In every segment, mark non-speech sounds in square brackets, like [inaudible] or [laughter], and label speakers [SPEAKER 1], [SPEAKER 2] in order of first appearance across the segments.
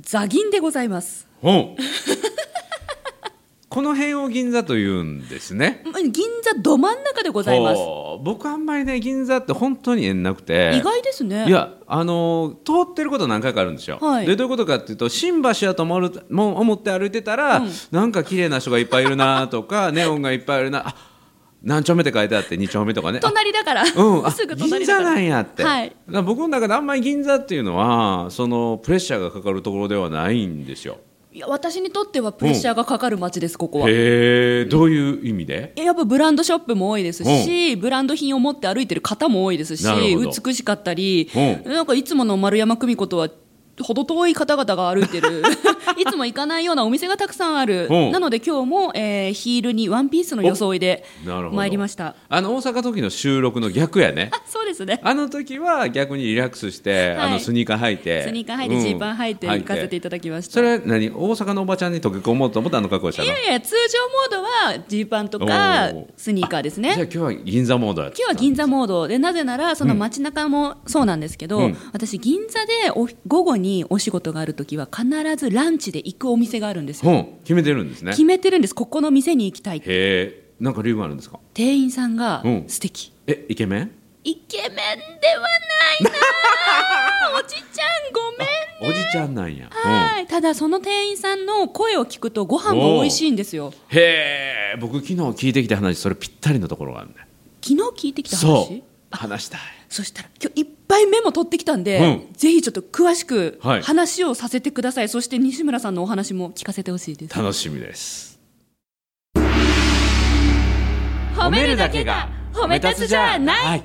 [SPEAKER 1] ザギンでございます [laughs]
[SPEAKER 2] おうこの辺を銀座というんですね。
[SPEAKER 1] 銀座ど真ん中でございます
[SPEAKER 2] おう僕あんまりね銀座って本当に縁なくて
[SPEAKER 1] 意外ですね
[SPEAKER 2] いやあのー通ってること何回かあるんですよ、
[SPEAKER 1] はい
[SPEAKER 2] でどういうことかっていうと新橋やと思うも思って歩いてたら、なんか綺麗な人がいっぱいいるな
[SPEAKER 1] [laughs]
[SPEAKER 2] とかネオンがいっぱいいるなあ何丁目って書いてあって2丁目とかねあ
[SPEAKER 1] 隣だから、
[SPEAKER 2] うん、
[SPEAKER 1] [laughs]
[SPEAKER 2] あ
[SPEAKER 1] すぐ
[SPEAKER 2] 銀
[SPEAKER 1] 隣だ
[SPEAKER 2] 座
[SPEAKER 1] から
[SPEAKER 2] なんやって、
[SPEAKER 1] はい
[SPEAKER 2] だから僕の中であんまり銀座っていうのはそのプレッシャーがかかるところではないんですよ
[SPEAKER 1] いや私にとってはプレッシャーがかかる街ですここは
[SPEAKER 2] へえどういう意味で
[SPEAKER 1] いややっぱブランドショップも多いですし、ブランド品を持って歩いてる方も多いですし
[SPEAKER 2] なるほど
[SPEAKER 1] 美しかったり、
[SPEAKER 2] う
[SPEAKER 1] なんかいつもの丸山久美子とはほど遠い方々が歩いて
[SPEAKER 2] [laughs]
[SPEAKER 1] るいつも行かないようなお店がたくさんある、
[SPEAKER 2] うん
[SPEAKER 1] なので今日も、えーヒールにワンピースの装いで
[SPEAKER 2] なるほど
[SPEAKER 1] 参りました
[SPEAKER 2] あの大阪時の収録の逆やね
[SPEAKER 1] あそうですね
[SPEAKER 2] あの時は逆にリラックスして、
[SPEAKER 1] はい
[SPEAKER 2] あのスニーカー履いて
[SPEAKER 1] スニーカー履いてジーパン履いて
[SPEAKER 2] うん
[SPEAKER 1] 行かせていただきました、
[SPEAKER 2] それは何大阪のおばちゃんに溶け込もうと思ったあの格好したの
[SPEAKER 1] いやいや通常モードはジーパンとか
[SPEAKER 2] おー
[SPEAKER 1] スニーカーですね
[SPEAKER 2] じゃあ今日は銀座モードやった
[SPEAKER 1] 今日は銀座モードでなぜならその街中もそうなんですけど、
[SPEAKER 2] うん
[SPEAKER 1] 私銀座でお午後にお仕事がある時は必ずランチで行くお店があるんですよ、
[SPEAKER 2] うん決めてるんですね
[SPEAKER 1] 決めてるんですここの店に行きたいって
[SPEAKER 2] へえなんか理由があるんですか
[SPEAKER 1] 店員さんが
[SPEAKER 2] うん
[SPEAKER 1] 素敵、
[SPEAKER 2] えイケメン
[SPEAKER 1] イケメンではないなお
[SPEAKER 2] [laughs]
[SPEAKER 1] じちゃんごめん
[SPEAKER 2] おじちゃんなんやうん
[SPEAKER 1] はいただその店員さんの声を聞くとご飯が美味しいんですよ
[SPEAKER 2] へえ僕昨日聞いてきた話それぴったりのところがあるね
[SPEAKER 1] 昨日聞いてきた
[SPEAKER 2] そう
[SPEAKER 1] 話
[SPEAKER 2] 話したい
[SPEAKER 1] そしたら今日いっぱいメモ取ってきたんで、
[SPEAKER 2] う
[SPEAKER 1] ぜひちょっと詳しく
[SPEAKER 2] はい
[SPEAKER 1] 話をさせてください、そして西村さんのお話も聞かせてほしいです
[SPEAKER 2] 楽しみですはい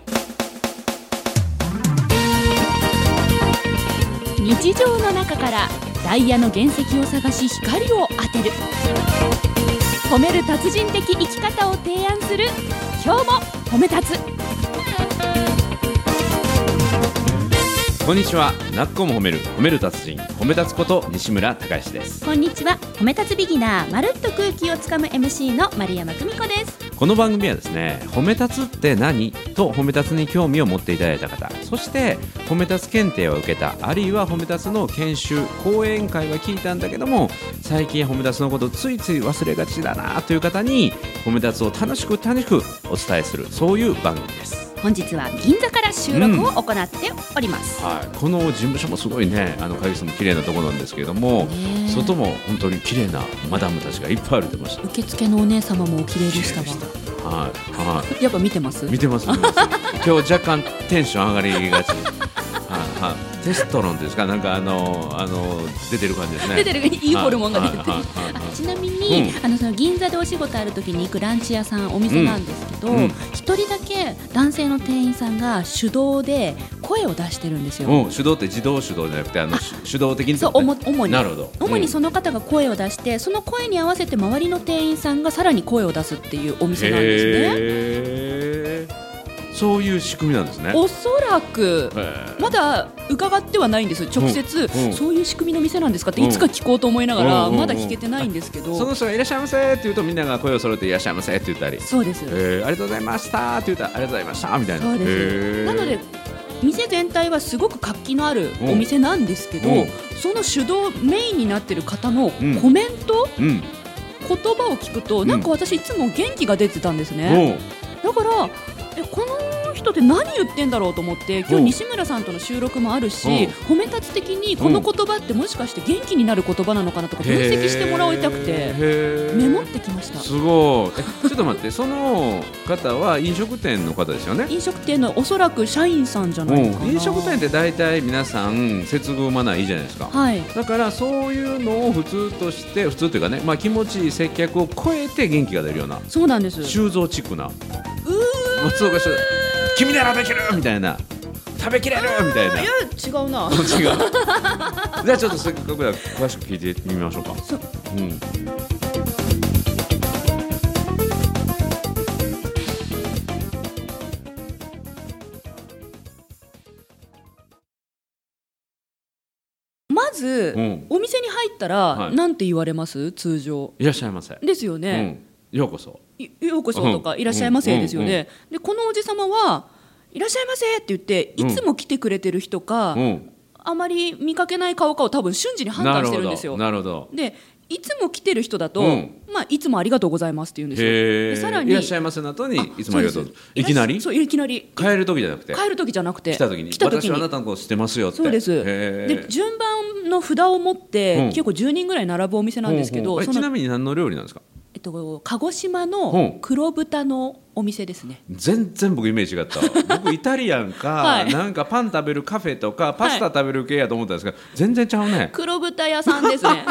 [SPEAKER 1] 日常の中からダイヤの原石を探し光を当てる褒める達人的生き方を提案する今日も褒め立つ
[SPEAKER 2] こんにちはなっこも褒める褒める達人褒め立つこと西村隆之です
[SPEAKER 1] こんにちは褒め立つビギナーまるっと空気をつかむ MC の丸山久美子です
[SPEAKER 2] この番組はですね褒め立つって何と褒め立つに興味を持っていただいた方そして褒め立つ検定を受けたあるいは褒め立つの研修講演会は聞いたんだけども最近褒め立つのことついつい忘れがちだなという方に褒め立つを楽しく楽しくお伝えするそういう番組です、
[SPEAKER 1] 本日は銀座から収録を行っております、
[SPEAKER 2] はい、この事務所もすごいねあの会議室も綺麗なところなんですけれども
[SPEAKER 1] ねえ
[SPEAKER 2] 外も本当に綺麗なマダムたちがいっぱい歩いてました
[SPEAKER 1] 受付のお姉様もお綺麗でしたわ
[SPEAKER 2] はいはい
[SPEAKER 1] やっぱ見てます
[SPEAKER 2] 見てます見てます今日若干テンション上がりがちはいはいテストロンですかなんかあのあの出てる感じですね
[SPEAKER 1] 出てるいいホルモンが出てる
[SPEAKER 2] はいはいはいはい
[SPEAKER 1] あちなみに、あのその銀座でお仕事ある時に行くランチ屋さんお店なんですけど
[SPEAKER 2] うんうん
[SPEAKER 1] 一、人だけ男性の店員さんが手動で声を出してるんですよ、
[SPEAKER 2] うん手動って自動手動じゃなくてあの手手動的にって
[SPEAKER 1] そう
[SPEAKER 2] こと
[SPEAKER 1] お
[SPEAKER 2] ね
[SPEAKER 1] も主に
[SPEAKER 2] なるほど
[SPEAKER 1] 主に
[SPEAKER 2] う
[SPEAKER 1] その方が声を出して、その声に合わせて周りの店員さんがさらに声を出すっていうお
[SPEAKER 2] ん
[SPEAKER 1] 店なんですね
[SPEAKER 2] へーそういう仕組みなんですね
[SPEAKER 1] おそらく
[SPEAKER 2] へー
[SPEAKER 1] まだ伺ってはないんです直接、
[SPEAKER 2] うんうん
[SPEAKER 1] そういう仕組みの店なんですかって
[SPEAKER 2] うん
[SPEAKER 1] いつか聞こうと思いながら、
[SPEAKER 2] うんうんうん
[SPEAKER 1] まだ聞けてないんですけど、
[SPEAKER 2] その人がいらっしゃいませーって言うとみんなが声を揃えていらっしゃいませーって言ったり、
[SPEAKER 1] そうです、
[SPEAKER 2] えー、ありがとうございましたーって言ったらありがとうございましたーみたいな
[SPEAKER 1] そう
[SPEAKER 2] へ
[SPEAKER 1] です
[SPEAKER 2] ー
[SPEAKER 1] なので店全体はすごく活気のある
[SPEAKER 2] うん
[SPEAKER 1] お店なんですけど、
[SPEAKER 2] うん
[SPEAKER 1] その手動メインになってる方の
[SPEAKER 2] うん
[SPEAKER 1] コメント、
[SPEAKER 2] うん
[SPEAKER 1] 言葉を聞くと
[SPEAKER 2] ん
[SPEAKER 1] なんか私いつも元気が出てたんですね、
[SPEAKER 2] うん
[SPEAKER 1] だからえこの人って何言ってんだろうと思って今
[SPEAKER 2] う
[SPEAKER 1] 日
[SPEAKER 2] ん
[SPEAKER 1] 西村さんとの収録もあるし、
[SPEAKER 2] うん
[SPEAKER 1] 褒め立つ的にこの言葉ってもしかして元気になる言葉なのかなとか分析してもらいたくて。
[SPEAKER 2] て
[SPEAKER 1] メモってきました
[SPEAKER 2] すごいえちょっと待ってその方は飲食店の方ですよね
[SPEAKER 1] 飲食店のおそらく社員さんじゃ
[SPEAKER 2] う
[SPEAKER 1] なんいかな、
[SPEAKER 2] 飲食店って大体皆さん接遇マナーいいじゃないですか
[SPEAKER 1] はい
[SPEAKER 2] だからそういうのを普通として普通というかね、まあ、気持ちいい接客を超えて元気が出るような
[SPEAKER 1] そうなんです
[SPEAKER 2] 修造チックな松岡修造君ならできるみたいな食べきれるみたいな違う
[SPEAKER 1] いや違うな
[SPEAKER 2] じゃ [laughs] あちょっとせっかくだから詳しく聞いてみましょうか
[SPEAKER 1] そう
[SPEAKER 2] うん
[SPEAKER 1] まず、
[SPEAKER 2] うん
[SPEAKER 1] お店に入ったら、
[SPEAKER 2] はい
[SPEAKER 1] なんて言われます通常
[SPEAKER 2] いらっしゃいませ、
[SPEAKER 1] ですよ
[SPEAKER 2] う
[SPEAKER 1] ね、
[SPEAKER 2] ん、ようこそ
[SPEAKER 1] いようこそとか、
[SPEAKER 2] うん
[SPEAKER 1] いらっしゃいませですよね、でこのおじ様はいらっしゃいませって言っていつも来てくれてる人か、
[SPEAKER 2] うん
[SPEAKER 1] あまり見かけない顔かを多分瞬時に判
[SPEAKER 2] な
[SPEAKER 1] 断
[SPEAKER 2] る
[SPEAKER 1] して
[SPEAKER 2] ほ
[SPEAKER 1] るんで
[SPEAKER 2] ど
[SPEAKER 1] すよ。
[SPEAKER 2] なるほど
[SPEAKER 1] でいつも来てる人だと、
[SPEAKER 2] うん
[SPEAKER 1] まあ、いつもありがとうございますって言うんですよ。
[SPEAKER 2] へ
[SPEAKER 1] で
[SPEAKER 2] え
[SPEAKER 1] さらに
[SPEAKER 2] いらっしゃいませの後にいつもありがとう
[SPEAKER 1] そです
[SPEAKER 2] いきなり
[SPEAKER 1] そういきなり
[SPEAKER 2] 帰る時じゃなくて
[SPEAKER 1] 帰る時じゃなくて
[SPEAKER 2] 来た時に私はあなたのこと知ってますよって
[SPEAKER 1] そうです
[SPEAKER 2] へ
[SPEAKER 1] で
[SPEAKER 2] え
[SPEAKER 1] 順番の札を持って、
[SPEAKER 2] うん
[SPEAKER 1] 結構10人ぐらい並ぶお店なんですけど、
[SPEAKER 2] ほうほうえ
[SPEAKER 1] そ
[SPEAKER 2] ちな
[SPEAKER 1] の、
[SPEAKER 2] みに何の料理なんですか
[SPEAKER 1] えっと、鹿児島
[SPEAKER 2] う
[SPEAKER 1] の
[SPEAKER 2] ん
[SPEAKER 1] 黒豚のお店ですね、
[SPEAKER 2] 全然僕イメージ違った
[SPEAKER 1] [laughs]
[SPEAKER 2] 僕イタリアンか、
[SPEAKER 1] はい
[SPEAKER 2] なんかパン食べるカフェとかパスタ食べる系やと思ったんですけど、全然ちゃうね
[SPEAKER 1] 黒豚屋さんです
[SPEAKER 2] [laughs]
[SPEAKER 1] ね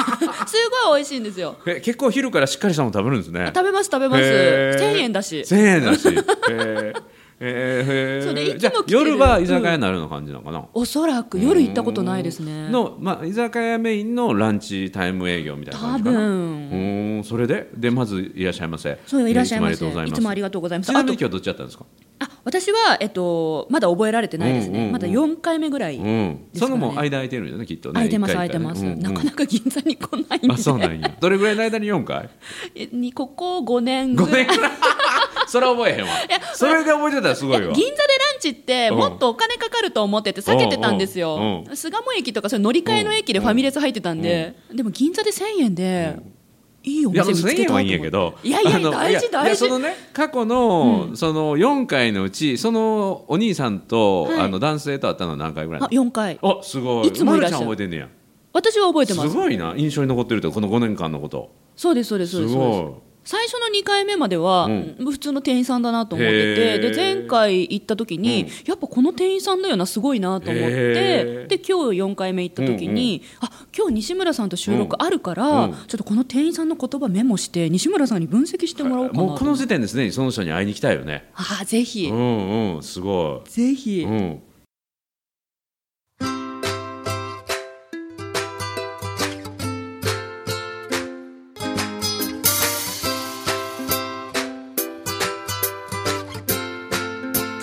[SPEAKER 1] すごい美味しいんですよ
[SPEAKER 2] え結構昼からしっかりしたもの食べるんですね
[SPEAKER 1] 食べます食べます
[SPEAKER 2] へー
[SPEAKER 1] 1000円だし
[SPEAKER 2] 1000円
[SPEAKER 1] [laughs]
[SPEAKER 2] だしへーへー
[SPEAKER 1] それいつも
[SPEAKER 2] じゃあ
[SPEAKER 1] 来てる
[SPEAKER 2] 夜は居酒屋になるの感じなのかな、
[SPEAKER 1] おそらく夜行ったことないですね
[SPEAKER 2] の、まあ、居酒屋メインのランチタイム営業みたいな
[SPEAKER 1] 多
[SPEAKER 2] 感じかなう
[SPEAKER 1] 分
[SPEAKER 2] ーんそれででまずいらっしゃいませ
[SPEAKER 1] そういらっしゃいませ
[SPEAKER 2] えー
[SPEAKER 1] いつもありがとうございます
[SPEAKER 2] ちなみ
[SPEAKER 1] あ
[SPEAKER 2] に今日どっちだったんですか
[SPEAKER 1] あ私は、えっと、まだ覚えられてないですね、
[SPEAKER 2] うんうんうん
[SPEAKER 1] まだ4回目ぐらい、
[SPEAKER 2] うん
[SPEAKER 1] ですかね
[SPEAKER 2] そのも間空いてるんだよねきっとね
[SPEAKER 1] 空いてます
[SPEAKER 2] 一
[SPEAKER 1] 空
[SPEAKER 2] 回
[SPEAKER 1] い
[SPEAKER 2] 一
[SPEAKER 1] て
[SPEAKER 2] 回ね
[SPEAKER 1] ます、
[SPEAKER 2] うんうん
[SPEAKER 1] なかなか銀座に来ないんで
[SPEAKER 2] あそうな
[SPEAKER 1] [laughs]
[SPEAKER 2] んやどれぐらいの間に4回
[SPEAKER 1] えにここ5年ぐ
[SPEAKER 2] 5
[SPEAKER 1] らい
[SPEAKER 2] 年くらい [laughs] それは覚えへんわそれで覚えてたらすごい
[SPEAKER 1] 銀
[SPEAKER 2] わ
[SPEAKER 1] 座でランチってもっとお金かかると思ってて避けてたんです
[SPEAKER 2] うんうん
[SPEAKER 1] よ
[SPEAKER 2] う
[SPEAKER 1] 巣鴨駅とかそれ乗り換えの駅でファミレス入ってたんででも銀座で1000円でいいお
[SPEAKER 2] いやも
[SPEAKER 1] 店
[SPEAKER 2] う
[SPEAKER 1] 見つけたと
[SPEAKER 2] 1000円
[SPEAKER 1] 思
[SPEAKER 2] は
[SPEAKER 1] っ
[SPEAKER 2] いいん
[SPEAKER 1] て
[SPEAKER 2] やけど
[SPEAKER 1] いやいや
[SPEAKER 2] あの
[SPEAKER 1] 大事
[SPEAKER 2] いやいや
[SPEAKER 1] 大
[SPEAKER 2] そ
[SPEAKER 1] 事
[SPEAKER 2] のね過去のその4回のうちそのお兄さんと
[SPEAKER 1] はい
[SPEAKER 2] あの男性と会ったのは何回ぐらい
[SPEAKER 1] あ4回
[SPEAKER 2] あすごい
[SPEAKER 1] いつもいらっしゃる
[SPEAKER 2] まるちゃん覚えてんねや
[SPEAKER 1] 私は覚えて
[SPEAKER 2] す
[SPEAKER 1] ます
[SPEAKER 2] ごいな印象に残ってるとこの5年間のこと
[SPEAKER 1] そうですそうですそう
[SPEAKER 2] す
[SPEAKER 1] ですそうです
[SPEAKER 2] ご
[SPEAKER 1] 最初の2回目までは、
[SPEAKER 2] うん
[SPEAKER 1] 普通の店員さんだなと思って
[SPEAKER 2] へ
[SPEAKER 1] て
[SPEAKER 2] ー
[SPEAKER 1] で前回行った時に、
[SPEAKER 2] うん
[SPEAKER 1] やっぱこの店員さんだよなすごいなと思って
[SPEAKER 2] へー
[SPEAKER 1] で今日4回目行った時に、あ今日西村さんと収録あるから、
[SPEAKER 2] うん
[SPEAKER 1] ちょっとこの店員さんの言葉メモして西村さんに分析してもらおう
[SPEAKER 2] い
[SPEAKER 1] かなと
[SPEAKER 2] も
[SPEAKER 1] 思
[SPEAKER 2] う
[SPEAKER 1] っ
[SPEAKER 2] こ
[SPEAKER 1] て
[SPEAKER 2] の時点ですでにその人に会いに来たいよね
[SPEAKER 1] あーぜひ、
[SPEAKER 2] うんうんすご
[SPEAKER 1] ぜ
[SPEAKER 2] い
[SPEAKER 1] ひ、
[SPEAKER 2] うん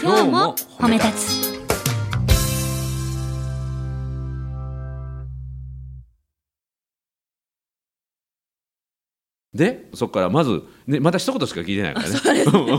[SPEAKER 2] 今日も褒め
[SPEAKER 1] 立つ
[SPEAKER 2] でそこからまずねまた一言しか聞いてないからね [laughs] うんうんうん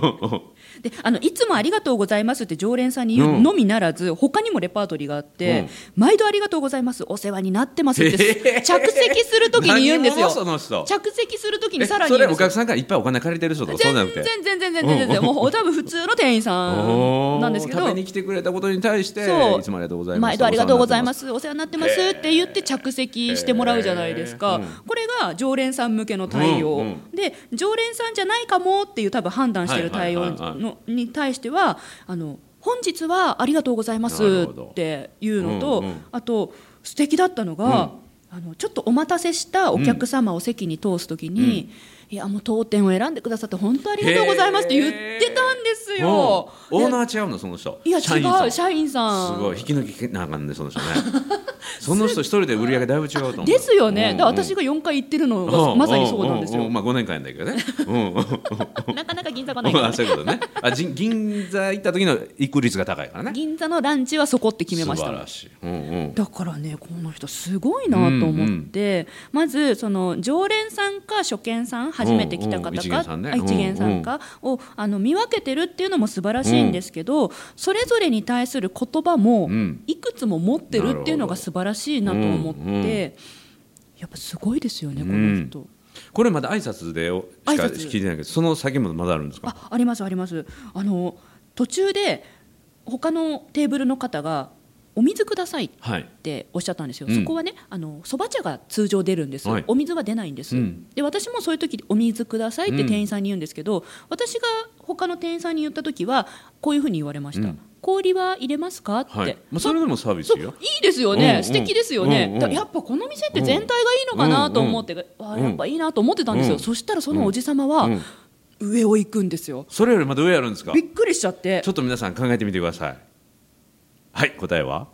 [SPEAKER 1] であのいつもありがとうございますって常連さんに言うのみならず、他にもレパートリーがあって、毎度ありがとうございますお世話になってますって、
[SPEAKER 2] へー
[SPEAKER 1] 着席するときに言うんですよ
[SPEAKER 2] 何者その人
[SPEAKER 1] 着席するときに
[SPEAKER 2] え
[SPEAKER 1] さらに言
[SPEAKER 2] それ
[SPEAKER 1] うんで
[SPEAKER 2] お
[SPEAKER 1] すよ
[SPEAKER 2] 客さんからいっぱいお金借りてる人とかそう
[SPEAKER 1] 全
[SPEAKER 2] な
[SPEAKER 1] 然
[SPEAKER 2] くて
[SPEAKER 1] 全然全然全然もう多分普通の店員さんなんですけど
[SPEAKER 2] おー食べに来てくれたことに対して
[SPEAKER 1] そう
[SPEAKER 2] いつもありがとうございます
[SPEAKER 1] 毎度ありがとうございますすお世話になってますって言って着席してもらうじゃないです
[SPEAKER 2] へ
[SPEAKER 1] か
[SPEAKER 2] ーうん
[SPEAKER 1] これが常連さん向けの対応、
[SPEAKER 2] うん
[SPEAKER 1] で常連さんじゃないかもっていう多分判断してる対応
[SPEAKER 2] はいはいはいは
[SPEAKER 1] のに対してはあの本日はありがとうございます
[SPEAKER 2] なるほど
[SPEAKER 1] っていうのと、
[SPEAKER 2] うんうん
[SPEAKER 1] あと素敵だったのが、あのちょっとお待たせしたお客様を席に通すときに、いやもう当店を選んでくださって本当ありがとうございますって言ってたんです
[SPEAKER 2] うん
[SPEAKER 1] よ。
[SPEAKER 2] オー
[SPEAKER 1] で
[SPEAKER 2] ナー違うのその人
[SPEAKER 1] いや
[SPEAKER 2] 社員さ
[SPEAKER 1] 違うん社員さん
[SPEAKER 2] すごい引き抜きなあかんねその人ね [laughs] その人一人で売り上げだいぶ違うと思
[SPEAKER 1] [laughs]
[SPEAKER 2] う
[SPEAKER 1] ですよね、だから
[SPEAKER 2] うんうん
[SPEAKER 1] 私が4回行ってるの
[SPEAKER 2] う
[SPEAKER 1] が
[SPEAKER 2] ん
[SPEAKER 1] まさにそうなんです
[SPEAKER 2] うう
[SPEAKER 1] よ
[SPEAKER 2] うまあ5年間やんだけど
[SPEAKER 1] [laughs]
[SPEAKER 2] ねうん
[SPEAKER 1] なかなか銀座がないか
[SPEAKER 2] あ
[SPEAKER 1] ら、
[SPEAKER 2] [laughs] そういうことねあじん銀座行った時の行く率が高いからね
[SPEAKER 1] 銀座のランチはそこって決めまし
[SPEAKER 2] 素
[SPEAKER 1] た
[SPEAKER 2] 晴らしい、うんうん、
[SPEAKER 1] だからねこの人すごいなと思って、まずその常連さんか初見さん初めて来た方か、
[SPEAKER 2] うんうん一元さんね
[SPEAKER 1] あ一元さんかを、あの見分けてるっていうのも素晴らしいんですけど、それぞれに対する言葉も
[SPEAKER 2] うん
[SPEAKER 1] いくつも持ってるっていうのが素晴らしいなと思って、
[SPEAKER 2] なるほどうんうん
[SPEAKER 1] やっぱすごいですよねこの人。
[SPEAKER 2] これまだ挨拶でおしか
[SPEAKER 1] 挨拶
[SPEAKER 2] 聞いてないけどその先もまだあるんですか
[SPEAKER 1] あありますありますあの途中で他のテーブルの方がお水くださいっ
[SPEAKER 2] はい
[SPEAKER 1] ておっしゃったんですよ、
[SPEAKER 2] うん
[SPEAKER 1] そこはねあのそば茶が通常出るんです、
[SPEAKER 2] はい
[SPEAKER 1] お水は出ないんです、
[SPEAKER 2] うん
[SPEAKER 1] で私もそういう時お水くださいって店員さんに言うんですけど、私が他の店員さんに言った時はこういうふうに言われました、
[SPEAKER 2] うん
[SPEAKER 1] 氷は入れますかって、
[SPEAKER 2] はい、まあ、それでもサービス
[SPEAKER 1] そうい
[SPEAKER 2] よ
[SPEAKER 1] いですよね、
[SPEAKER 2] うんうん
[SPEAKER 1] 素敵ですよね、
[SPEAKER 2] うんうん
[SPEAKER 1] だやっぱこの店って全体がいいのかなと思って、わあやっぱいいなと思ってたんですよ、
[SPEAKER 2] うん
[SPEAKER 1] そしたらそのおじ様は、
[SPEAKER 2] うん
[SPEAKER 1] 上を行くんですよ、
[SPEAKER 2] それよりまだ上あるんですか
[SPEAKER 1] びっくりしちゃって
[SPEAKER 2] ちょっと皆さん考えてみてくださいはい答えは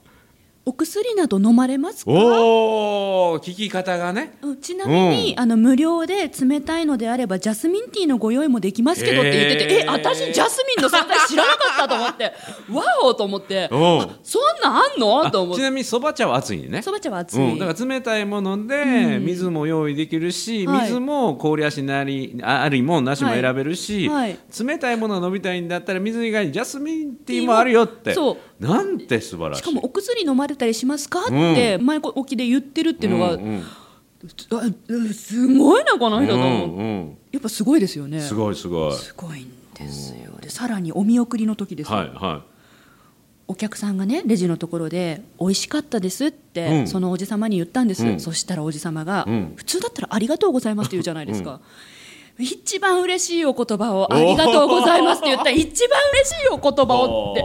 [SPEAKER 1] お薬など飲まれますか
[SPEAKER 2] おお聞き方がね
[SPEAKER 1] うんちなみに、あの無料で冷たいのであればジャスミンティーのご用意もできますけどって言ってて、
[SPEAKER 2] へー
[SPEAKER 1] え私ジャスミンの存在知らなかったと思って
[SPEAKER 2] [laughs]
[SPEAKER 1] わおと思って
[SPEAKER 2] おう
[SPEAKER 1] そんなんあんのと思っ
[SPEAKER 2] ち
[SPEAKER 1] て
[SPEAKER 2] なみにそば茶は熱いね
[SPEAKER 1] そば茶は熱い、
[SPEAKER 2] うん、だから冷たいもので水も用意できるし、
[SPEAKER 1] はい
[SPEAKER 2] 水も氷足なりあありもなしも
[SPEAKER 1] はい
[SPEAKER 2] 選べるし、
[SPEAKER 1] はい
[SPEAKER 2] 冷たいものを飲みたいんだったら水以外にジャスミンティーもあるよって
[SPEAKER 1] そう
[SPEAKER 2] なんて素晴らし
[SPEAKER 1] し
[SPEAKER 2] い
[SPEAKER 1] かもお薬飲まってたりしますかって前置きで言ってるっていうのが、
[SPEAKER 2] うんうん
[SPEAKER 1] あうんすごいなこの人と思って、
[SPEAKER 2] うんうん
[SPEAKER 1] やっぱすごいですよね
[SPEAKER 2] すごいすごい
[SPEAKER 1] すごいんですよでさらにお見送りの時ですよ、
[SPEAKER 2] はいは
[SPEAKER 1] お客さんがねレジのところで「美味しかったです」って、
[SPEAKER 2] うん
[SPEAKER 1] そのおじ様に言ったんです、
[SPEAKER 2] うん
[SPEAKER 1] そしたらおじ様が、
[SPEAKER 2] うん
[SPEAKER 1] 普通だったら「ありがとうございます」って言うじゃないですか、一番嬉しいお言葉を「ありがとうございます」って言ったら一番嬉しいお言葉をって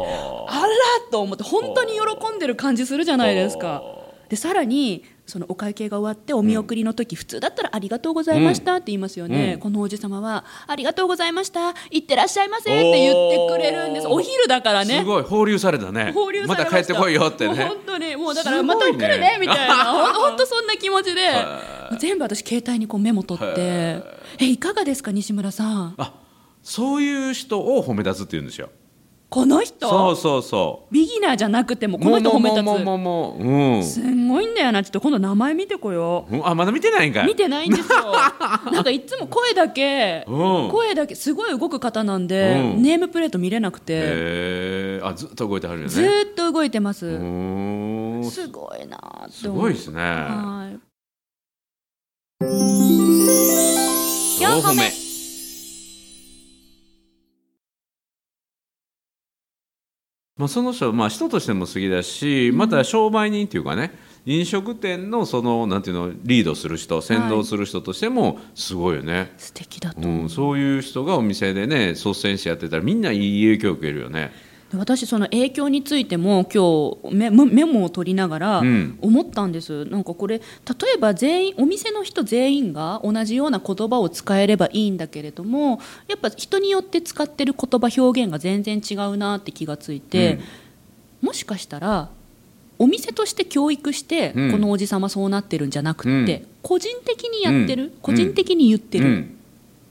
[SPEAKER 1] あらと思って本当に喜んでる感じするじゃないですかでさらにそのお会計が終わってお見送りの時、普通だったら「ありがとうございました」って言いますよね、
[SPEAKER 2] うん
[SPEAKER 1] このおじ様は「ありがとうございました」「いってらっしゃいませ」って言ってくれるんです
[SPEAKER 2] おー
[SPEAKER 1] お昼だから
[SPEAKER 2] い、
[SPEAKER 1] ね
[SPEAKER 2] すごい放流されたね
[SPEAKER 1] 放流され
[SPEAKER 2] ま
[SPEAKER 1] した
[SPEAKER 2] 帰ってこいよって
[SPEAKER 1] もう
[SPEAKER 2] ね
[SPEAKER 1] 本当にもうだか
[SPEAKER 2] す
[SPEAKER 1] ら
[SPEAKER 2] ごいね
[SPEAKER 1] また来るねみたい
[SPEAKER 2] [laughs]
[SPEAKER 1] なほんほんとそんな気持ちで
[SPEAKER 2] は
[SPEAKER 1] 全部私携帯にこうメモ取って
[SPEAKER 2] へ
[SPEAKER 1] えいかがですか西村さん
[SPEAKER 2] あそういう人を褒め立つって言うんですよ
[SPEAKER 1] この
[SPEAKER 2] そう
[SPEAKER 1] 人
[SPEAKER 2] そうそ
[SPEAKER 1] ビギナーじゃなくても
[SPEAKER 2] う
[SPEAKER 1] この人褒め立
[SPEAKER 2] もうもうもうもうもう
[SPEAKER 1] つすんごいんだよなちょっと今度名前見てこよう
[SPEAKER 2] うん、うん、あまだ見てないんかい
[SPEAKER 1] 見てないんです
[SPEAKER 2] [laughs]
[SPEAKER 1] よなんかいつも声だけ
[SPEAKER 2] うん
[SPEAKER 1] 声だけすごい動く方なんで
[SPEAKER 2] うん
[SPEAKER 1] ネームプレート見れなくて
[SPEAKER 2] へえあずっと動いてはるよね
[SPEAKER 1] ずーっと動いてま
[SPEAKER 2] う
[SPEAKER 1] す
[SPEAKER 2] ーんす
[SPEAKER 1] すごいなーって思
[SPEAKER 2] ご
[SPEAKER 1] う
[SPEAKER 2] いですね
[SPEAKER 1] はい
[SPEAKER 2] 四
[SPEAKER 1] 四歩目
[SPEAKER 2] まあ、その人はまあ人としても好きだしまた商売人っていうかね、飲食店のそのなんていうのリードする人先導する人としてもすごいよね、
[SPEAKER 1] 素敵だと
[SPEAKER 2] うん、そういう人がお店でね率先してやってたらみんないい影響を受けるよね
[SPEAKER 1] で私その影響についても今日メメメモを取りながら
[SPEAKER 2] うん
[SPEAKER 1] 思ったんです、なんかこれ例えば全員お店の人全員が同じような言葉を使えればいいんだけれどもやっぱ人によって使ってる言葉表現が全然違うなって気がついて、もしかしたらお店として教育して、
[SPEAKER 2] うん
[SPEAKER 1] このおじさまそうなってるんじゃなくって、
[SPEAKER 2] う
[SPEAKER 1] 個人的にやってる、
[SPEAKER 2] うん
[SPEAKER 1] 個人的に言って
[SPEAKER 2] う
[SPEAKER 1] る、
[SPEAKER 2] ん、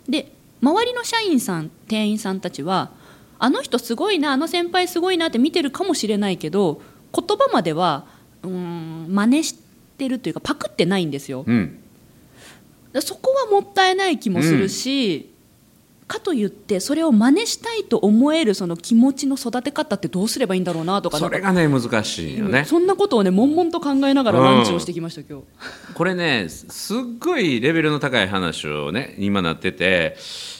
[SPEAKER 1] で周りの社員さん店員さんたちはあの人すごいなあの先輩すごいなって見てるかもしれないけど言葉まではうーん真似してるというかパクってないんですよ
[SPEAKER 2] うん、
[SPEAKER 1] だそこはもったいない気もするし、かといってそれを真似したいと思えるその気持ちの育て方ってどうすればいいんだろうなとか
[SPEAKER 2] それ
[SPEAKER 1] なんか
[SPEAKER 2] がね難しいよね
[SPEAKER 1] そんなことをね悶々と考えながらランチをしてきました、今日
[SPEAKER 2] これねすっごいレベルの高い話をね今なってて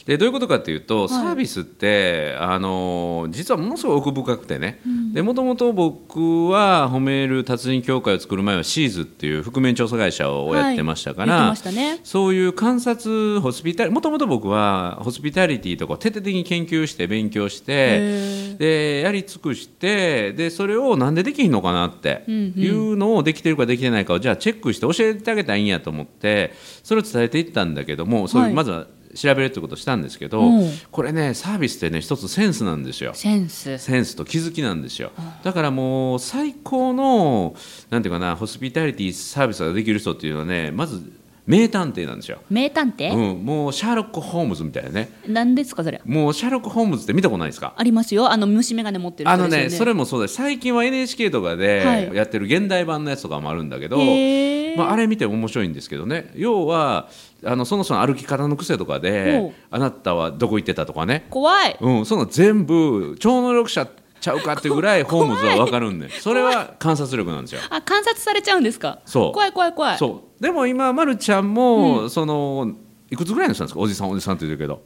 [SPEAKER 2] でどういうことかというと、サービスってあの実はものすごい奥深くてねもともと僕は褒める達人協会を作る前はシーズっていう覆面調査会社をやってましたから、
[SPEAKER 1] はい言ってましたね
[SPEAKER 2] そういう観察ホスピタリもともと僕はホスピタリティとかを徹底的に研究して勉強して
[SPEAKER 1] へ
[SPEAKER 2] でやり尽くしてでそれをなんでできひんのかなって
[SPEAKER 1] うんうん
[SPEAKER 2] いうのをできてるかできてないかをじゃあチェックして教えてあげたらいいんやと思ってそれを伝えていったんだけどもそういう
[SPEAKER 1] はい
[SPEAKER 2] まずは調べるってことをしたんですけど、
[SPEAKER 1] うん
[SPEAKER 2] これねサービスってね一つセンスなんですよ。
[SPEAKER 1] センス
[SPEAKER 2] センスと気づきなんですよだからもう最高のなんていうかなホスピタリティサービスができる人っていうのはねまず名探偵なんですよ、
[SPEAKER 1] 名探偵、
[SPEAKER 2] うん、もうシャーロック・ホームズみたいなね
[SPEAKER 1] なんですかそれ
[SPEAKER 2] もうシャーロック・ホームズって見たことないですか
[SPEAKER 1] ありますよあの虫眼鏡持ってる
[SPEAKER 2] あ
[SPEAKER 1] 人
[SPEAKER 2] の
[SPEAKER 1] ですよ
[SPEAKER 2] ねそれもそうだし最近は NHK とか
[SPEAKER 1] はい
[SPEAKER 2] でやってる現代版のやつとかもあるんだけど、
[SPEAKER 1] へー
[SPEAKER 2] まあ、あれ見ても面白いんですけどね要はあのその人の歩き方の癖とか
[SPEAKER 1] ほう
[SPEAKER 2] であなたはどこ行ってたとかね
[SPEAKER 1] 怖い
[SPEAKER 2] うん、その全部超能力者ちゃうかっていうぐらいホームズは分かるんでそれは観察力なんですよ。
[SPEAKER 1] あ観察されちゃうんですか
[SPEAKER 2] そう
[SPEAKER 1] 怖い怖い怖い
[SPEAKER 2] そうでも今、ま、るちゃんも、そのいくつぐらいの人なんですかおじさんおじさんって言ってるけど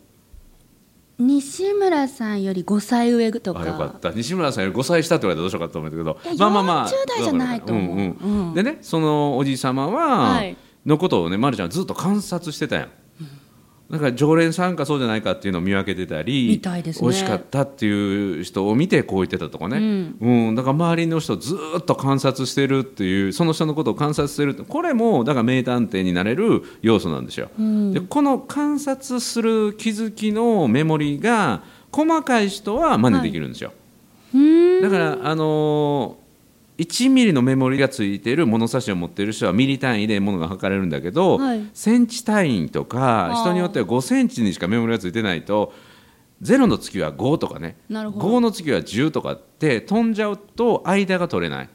[SPEAKER 1] 西村さんより5歳上とか
[SPEAKER 2] あよかった西村さんより5歳下って言われたらどうしようかと思ったけど
[SPEAKER 1] いや
[SPEAKER 2] まあまあまあ
[SPEAKER 1] 40代じゃないと思うん
[SPEAKER 2] ん
[SPEAKER 1] うん
[SPEAKER 2] でねそのおじい様は、
[SPEAKER 1] はい
[SPEAKER 2] のことをね、ま、るちゃんはずっと観察してたやん。だから常連さんかそうじゃないかっていうのを見分けてたり
[SPEAKER 1] みたいですね
[SPEAKER 2] 美味しかったっていう人を見てこう言ってたとかね、うんだから周りの人をずっと観察してるっていうその人のことを観察してるってこれもだから名探偵になれる要素なんですよ。でこの観察する気づきのメモリが細かい人は真似できるんですよ。
[SPEAKER 1] うーん
[SPEAKER 2] だから、あのー、1ミリのメモリがついている物差しを持っている人はミリ単位で物が測れるんだけど、
[SPEAKER 1] はい
[SPEAKER 2] センチ単位と
[SPEAKER 1] あ
[SPEAKER 2] か
[SPEAKER 1] ー
[SPEAKER 2] 人によっては5センチにしかメモリがついてないと0の月は5とかね
[SPEAKER 1] なるほど
[SPEAKER 2] 5の月は10とかって飛んじゃうと間が取れない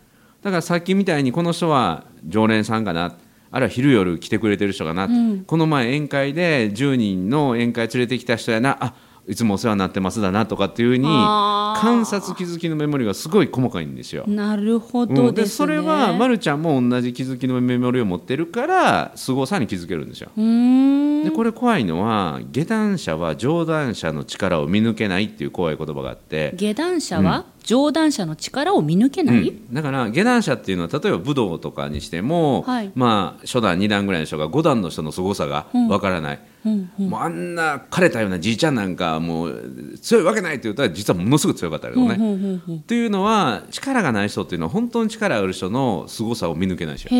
[SPEAKER 2] だからさっきみたいにこの人は常連さんかなあるいは昼夜来てくれてる人かな、この前宴会で10人の宴会連れてきた人やなあいつもお世話になってますだなとかっていうふうに
[SPEAKER 1] あー
[SPEAKER 2] 観察気づきのメモリがすごい細かいんですよ。
[SPEAKER 1] なるほ
[SPEAKER 2] う
[SPEAKER 1] ど
[SPEAKER 2] ん
[SPEAKER 1] ですね、
[SPEAKER 2] それはまるちゃんも同じ気づきのメモリを持ってるからすごさに気づけるんですよ。
[SPEAKER 1] うーん
[SPEAKER 2] でこれ怖いのは下段者は上段者の力を見抜けないっていう怖い言葉があって、
[SPEAKER 1] 下段者は上段者の力を見抜け
[SPEAKER 2] う
[SPEAKER 1] ない、
[SPEAKER 2] んだから下段者っていうのは例えば武道とかにしても、
[SPEAKER 1] はい
[SPEAKER 2] まあ、初段2段ぐらいの人が5段の人の凄さがわからない、
[SPEAKER 1] うん
[SPEAKER 2] もうあんな枯れたようなじいちゃんなんかもう強いわけないって言ったら実はものすごく強かったけどね。
[SPEAKER 1] ほうほうほう
[SPEAKER 2] っていうのは力がない人っていうのは本当に力がある人の凄さを見抜けないでしょ。
[SPEAKER 1] へ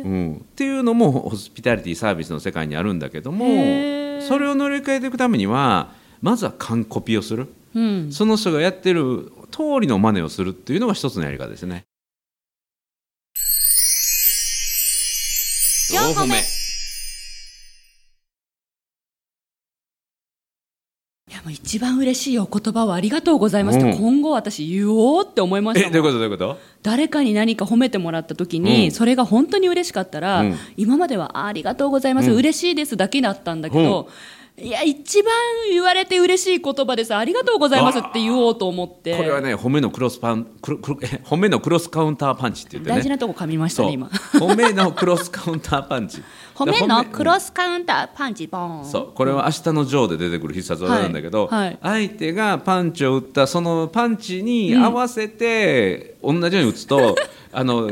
[SPEAKER 1] え
[SPEAKER 2] うん、っていうのもホスピタリティサービスの世界にあるんだけども
[SPEAKER 1] へー
[SPEAKER 2] それを乗り換えていくためにはまずは完コピをする
[SPEAKER 1] うん
[SPEAKER 2] その人がやってる通りの真似をするっていうのが一つのやり方ですね。
[SPEAKER 1] 四歩目いやもう一番嬉しいお言葉をありがとうございますって、
[SPEAKER 2] うん
[SPEAKER 1] 今後私言おうって思いましたも
[SPEAKER 2] え
[SPEAKER 1] ん
[SPEAKER 2] どういうことどういうこと
[SPEAKER 1] 誰かに何か褒めてもらった時に、
[SPEAKER 2] うん
[SPEAKER 1] それが本当に嬉しかったら、
[SPEAKER 2] うん
[SPEAKER 1] 今まではあありがとうございます、嬉しいですだけだったんだけど、いや一番言われて嬉しい言葉ですありがとうございますって言おうと思って
[SPEAKER 2] これはね褒めのクロスパンクロクロ褒めのクロスカウンターパンチって言ってね
[SPEAKER 1] 大事なとこ噛みました
[SPEAKER 2] そう
[SPEAKER 1] ね今
[SPEAKER 2] 褒めのクロスカウンターパンチ
[SPEAKER 1] [laughs] 褒めのク
[SPEAKER 2] ス
[SPEAKER 1] ロスカウンターパンチボーン
[SPEAKER 2] そうこれは「明日のジョー」で出てくる必殺技なんだけど、
[SPEAKER 1] はいはい
[SPEAKER 2] 相手がパンチを打ったそのパンチに合わせて同じように打つと、 [laughs] あの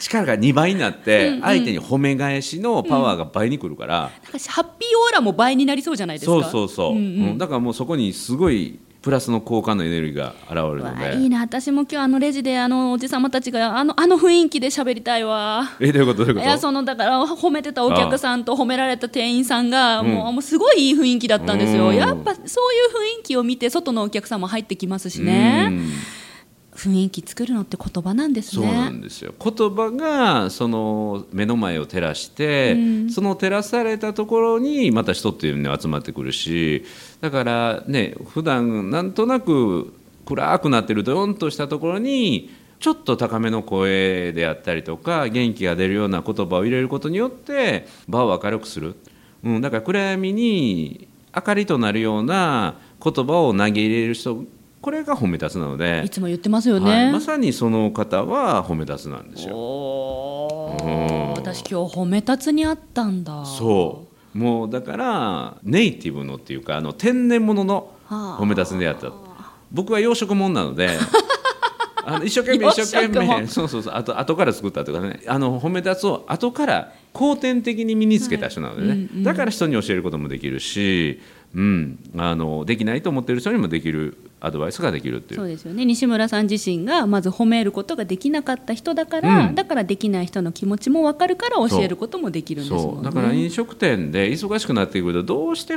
[SPEAKER 2] 力が2倍になって相手に褒め返しのパワーが倍にくるから、
[SPEAKER 1] なんかハッピーオーラも倍になりそうじゃないですか
[SPEAKER 2] そうそうそう、
[SPEAKER 1] ん
[SPEAKER 2] うんだからもうそこにすごいプラスの効果のエネルギーが現れる
[SPEAKER 1] う
[SPEAKER 2] の
[SPEAKER 1] わいい
[SPEAKER 2] で。
[SPEAKER 1] な私も今日あのレジであのおじさまたちがあのあの雰囲気で喋りたいわ
[SPEAKER 2] えどういうことどういう
[SPEAKER 1] い
[SPEAKER 2] こと
[SPEAKER 1] やそのだから褒めてたお客さんと褒められた店員さんがもう,、もうすごいいい雰囲気だったんです
[SPEAKER 2] う
[SPEAKER 1] よ
[SPEAKER 2] ん
[SPEAKER 1] やっぱそういう雰囲気を見て外のお客さんも入ってきますしね
[SPEAKER 2] うん
[SPEAKER 1] 雰囲気作るのって言葉なんです
[SPEAKER 2] そうな
[SPEAKER 1] ね
[SPEAKER 2] んですよ言葉がその目の前を照らして、その照らされたところにまた人っていうのが集まってくるしだからね普段なんとなく暗くなってるドヨンとしたところにちょっと高めの声であったりとか元気が出るような言葉を入れることによって場を明るくする、うん、だから暗闇に明かりとなるような言葉を投げ入れる人これが褒め立つなので
[SPEAKER 1] いつも言ってますよね、
[SPEAKER 2] はい、まさにその方は褒め立つなんですよ。
[SPEAKER 1] お
[SPEAKER 2] うん
[SPEAKER 1] ー私今日褒めたつにあったんだ
[SPEAKER 2] そうもうだからネイティブのっていうかあの天然物の
[SPEAKER 1] はあ
[SPEAKER 2] 褒め立つに出会った僕は養殖もんな
[SPEAKER 1] [laughs]
[SPEAKER 2] のであの一生懸命
[SPEAKER 1] 養
[SPEAKER 2] 一
[SPEAKER 1] 殖
[SPEAKER 2] 生懸
[SPEAKER 1] も
[SPEAKER 2] 命
[SPEAKER 1] ん
[SPEAKER 2] そうそうそうあと後から作ったとかねあの褒め立つを後から後天的に身につけた人なのでね、
[SPEAKER 1] はいうんうん
[SPEAKER 2] だから人に教えることもできるし、うん、あのできないと思ってる人にもできるアドバイスができるっていう
[SPEAKER 1] そうですよね西村さん自身がまず褒めることができなかった人だから、
[SPEAKER 2] うん
[SPEAKER 1] だからできない人の気持ちも分かるから教えることもできるんですもん
[SPEAKER 2] そ
[SPEAKER 1] ね
[SPEAKER 2] うだから飲食店で忙しくなってくるとどうして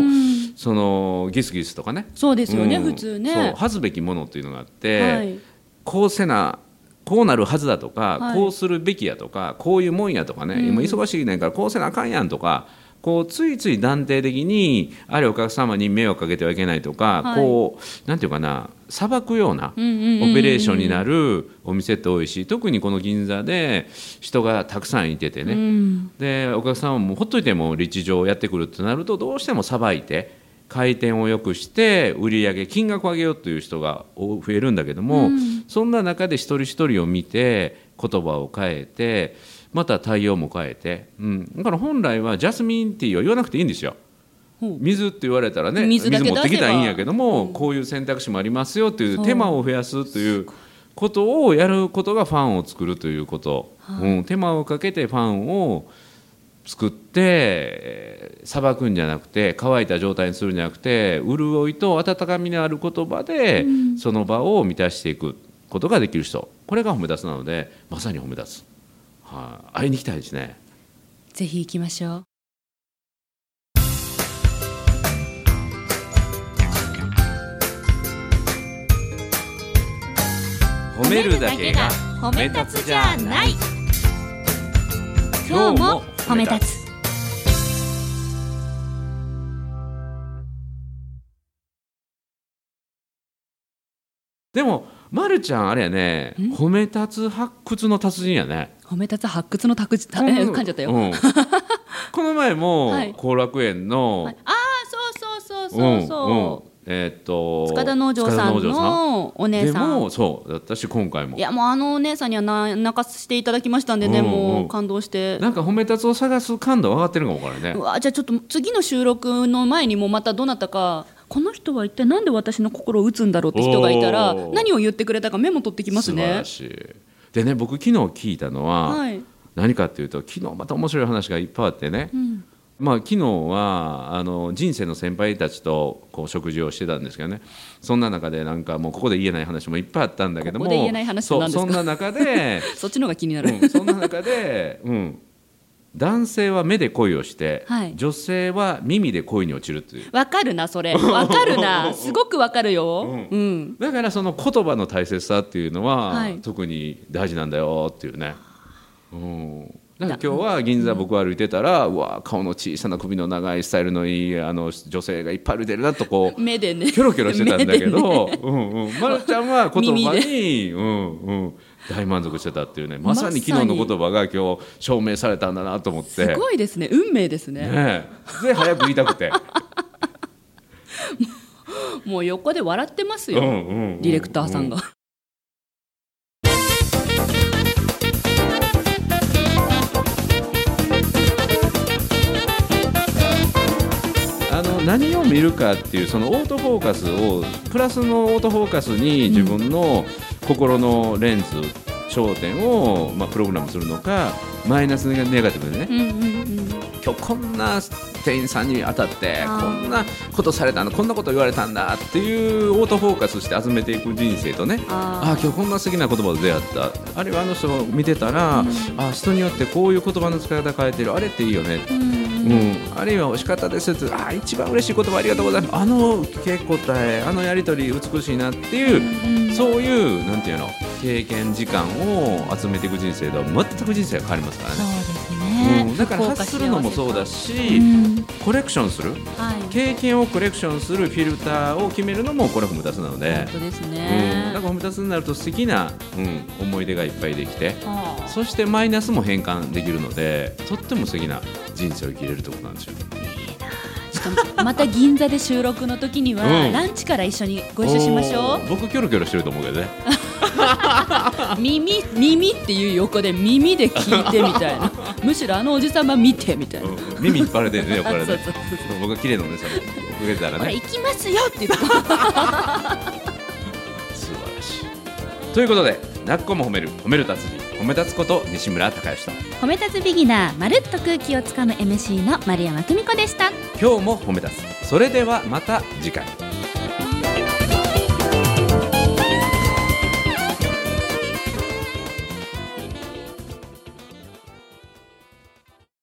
[SPEAKER 1] うん
[SPEAKER 2] そのギスギスとかね
[SPEAKER 1] そうですよね、
[SPEAKER 2] うん
[SPEAKER 1] 普通ね
[SPEAKER 2] そう恥ずべきものっていうのがあって、
[SPEAKER 1] はい
[SPEAKER 2] こうせなこうなるはずだとか、
[SPEAKER 1] はい
[SPEAKER 2] こうするべきやとかこういうもんやとかね、今忙しいねんからこうせなあかんやんとかこうついつい断定的にあれお客様に迷惑かけてはいけないとか、
[SPEAKER 1] はい
[SPEAKER 2] こうなんていうかな裁くようなオ
[SPEAKER 1] んうんうんうん
[SPEAKER 2] ペレーションになるお店って多いし特にこの銀座で人がたくさんいててね、
[SPEAKER 1] うん
[SPEAKER 2] でお客さんはもうほっといても立地上やってくるってなるとどうしてもさばいて回転を良くして売り上げ金額を上げようという人がお増えるんだけども、そんな中で一人一人を見て言葉を変えてまた対応も変えて、うん、だから本来はジャスミンティーを言わなくていいんですよ。
[SPEAKER 1] ほう
[SPEAKER 2] 水って言われたらね水
[SPEAKER 1] 水だけ
[SPEAKER 2] 持ってきたらいいんやけども、
[SPEAKER 1] 出せばうん
[SPEAKER 2] こういう選択肢もありますよっていう手間を増やすということをやることがファンを作るということ、うん、手間をかけてファンを作ってさばくんじゃなくて乾いた状態にするんじゃなくて潤いと温かみのある言葉で、その場を満たしていくことができる人これが褒め立つなのでまさに褒め立つ、はい、会いに行きたいですね。
[SPEAKER 1] ぜひ行きましょう
[SPEAKER 2] 褒めるだけが
[SPEAKER 1] 褒
[SPEAKER 2] め立つじゃない今日も褒め立
[SPEAKER 1] つ
[SPEAKER 2] でも、ま、るちゃんあれやね褒め立つ発掘の達人やね
[SPEAKER 1] 褒め立つ発掘の託児
[SPEAKER 2] こ
[SPEAKER 1] た
[SPEAKER 2] ん [laughs]
[SPEAKER 1] え
[SPEAKER 2] な
[SPEAKER 1] 噛んじゃったよ、
[SPEAKER 2] うんこの前も
[SPEAKER 1] はい
[SPEAKER 2] 後楽園の、
[SPEAKER 1] はいああそうそうそうそうそう、
[SPEAKER 2] んえーっと
[SPEAKER 1] 塚田農場さん
[SPEAKER 2] 塚田農場
[SPEAKER 1] のお姉
[SPEAKER 2] で
[SPEAKER 1] さん
[SPEAKER 2] もそう私今回も
[SPEAKER 1] いやもうあのお姉さんにはな泣かしていただきましたんでね、
[SPEAKER 2] うんうん
[SPEAKER 1] もう感動して
[SPEAKER 2] なんか褒めたつを探す感度は上がってるかもわからんね
[SPEAKER 1] うわじゃあちょっと次の収録の前にもまたどなたかこの人は一体なんで私の心を打つんだろうって人がいたら
[SPEAKER 2] おー
[SPEAKER 1] 何を言ってくれたかメモ取ってきますね
[SPEAKER 2] 素晴らしいでね僕昨日聞いたのは、
[SPEAKER 1] はい
[SPEAKER 2] 何かっていうと昨日また面白い話がいっぱいあってね、まあ昨日はあの人生の先輩たちとこう食事をしてたんですけどねそんな中でなんかもうここで言えない話もいっぱいあったんだけども
[SPEAKER 1] ここで言えない話って
[SPEAKER 2] そ
[SPEAKER 1] 何で
[SPEAKER 2] う
[SPEAKER 1] す
[SPEAKER 2] そ
[SPEAKER 1] か
[SPEAKER 2] んな中で、
[SPEAKER 1] そっちの方が気 [laughs] になる、
[SPEAKER 2] うん、そんな中で、うん、男性は目で恋をして、
[SPEAKER 1] はい
[SPEAKER 2] 女性は耳で恋に落ちるっていう。
[SPEAKER 1] わかるなそれわかるな
[SPEAKER 2] [laughs]
[SPEAKER 1] すごくわかるようん、
[SPEAKER 2] だからその言葉の大切さっていうのは、
[SPEAKER 1] はい
[SPEAKER 2] 特に大事なんだよっていうね。うんだから今日は銀座僕歩いてたら、うわ顔の小さな首の長いスタイルのいいあの女性がいっぱい歩いてるなとこう
[SPEAKER 1] 目でね
[SPEAKER 2] キョロキョロしてたん
[SPEAKER 1] [laughs]
[SPEAKER 2] だけど、うんうん、まるちゃんは言葉
[SPEAKER 1] 耳 [laughs]
[SPEAKER 2] に、うんうん、大満足してたっていうねまさに昨日の言葉が今日証明されたんだなと思っ
[SPEAKER 1] す
[SPEAKER 2] て、
[SPEAKER 1] ごいですね運命ですね
[SPEAKER 2] ねえ、で早く言いた
[SPEAKER 1] [laughs]
[SPEAKER 2] くて、
[SPEAKER 1] もう横で笑ってます
[SPEAKER 2] うんう
[SPEAKER 1] よ、
[SPEAKER 2] んうん
[SPEAKER 1] ディレクターさんが、
[SPEAKER 2] あの何を見るかっていうそのオートフォーカスをプラスのオートフォーカスに自分の心のレンズ焦点を、まあ、プログラムするのかマイナスネガティブでね
[SPEAKER 1] うんうんうん
[SPEAKER 2] 今日こんな店員さんに当たって
[SPEAKER 1] あー
[SPEAKER 2] こんなことされたんだこんなこと言われたんだっていうオートフォーカスして集めていく人生とねあ
[SPEAKER 1] あ
[SPEAKER 2] あー今日こんな素敵な言葉と出会ったあるいはあの人を見てたら、あー人によってこういう言葉の使い方変えてるあれっていいよね
[SPEAKER 1] あうん
[SPEAKER 2] うん、あるいは惜しかったですってあー一番嬉しい言葉ありがとうございますあの受け答えあのやり取り美しいなっていう、そういうなんていうの経験時間を集めていく人生では全く人生が変わりますからね。
[SPEAKER 1] です
[SPEAKER 2] うん、だから発するのもそうだし、
[SPEAKER 1] うん
[SPEAKER 2] コレクションする
[SPEAKER 1] はい
[SPEAKER 2] 経験をコレクションするフィルターを決めるのもこれはホムタスなので
[SPEAKER 1] 本、当です
[SPEAKER 2] うん、
[SPEAKER 1] ね
[SPEAKER 2] だからホムタスになると素敵な、うん、思い出がいっぱいできて
[SPEAKER 1] はあ
[SPEAKER 2] そしてマイナスも変換できるのでとっても素敵な人生を生きれるってことなんですよ。
[SPEAKER 1] しかもまた銀座で収録の時には、
[SPEAKER 2] うん
[SPEAKER 1] ランチから一緒にご一緒しましょ
[SPEAKER 2] おー僕キョロキョロしてると思う
[SPEAKER 1] [laughs]
[SPEAKER 2] けどね
[SPEAKER 1] う耳耳っていう横で耳で聞いてみ
[SPEAKER 3] [laughs]
[SPEAKER 1] たいなむしろあのおじさんは見てみたいな、
[SPEAKER 2] うん耳引っ張られてるねこれね
[SPEAKER 1] そうそうそう
[SPEAKER 2] 僕が綺麗なお姉さんに追っかけてたら
[SPEAKER 1] ほら
[SPEAKER 2] ね
[SPEAKER 1] 行きますよって言って
[SPEAKER 2] 素晴らしいということでなっこも褒める褒める達人褒め立つこと西村孝之さん
[SPEAKER 3] [laughs] 褒め立つビギナーまるっと空気をつかむ MC の丸山久美子でした
[SPEAKER 2] 今日も褒め立つそれではまた次回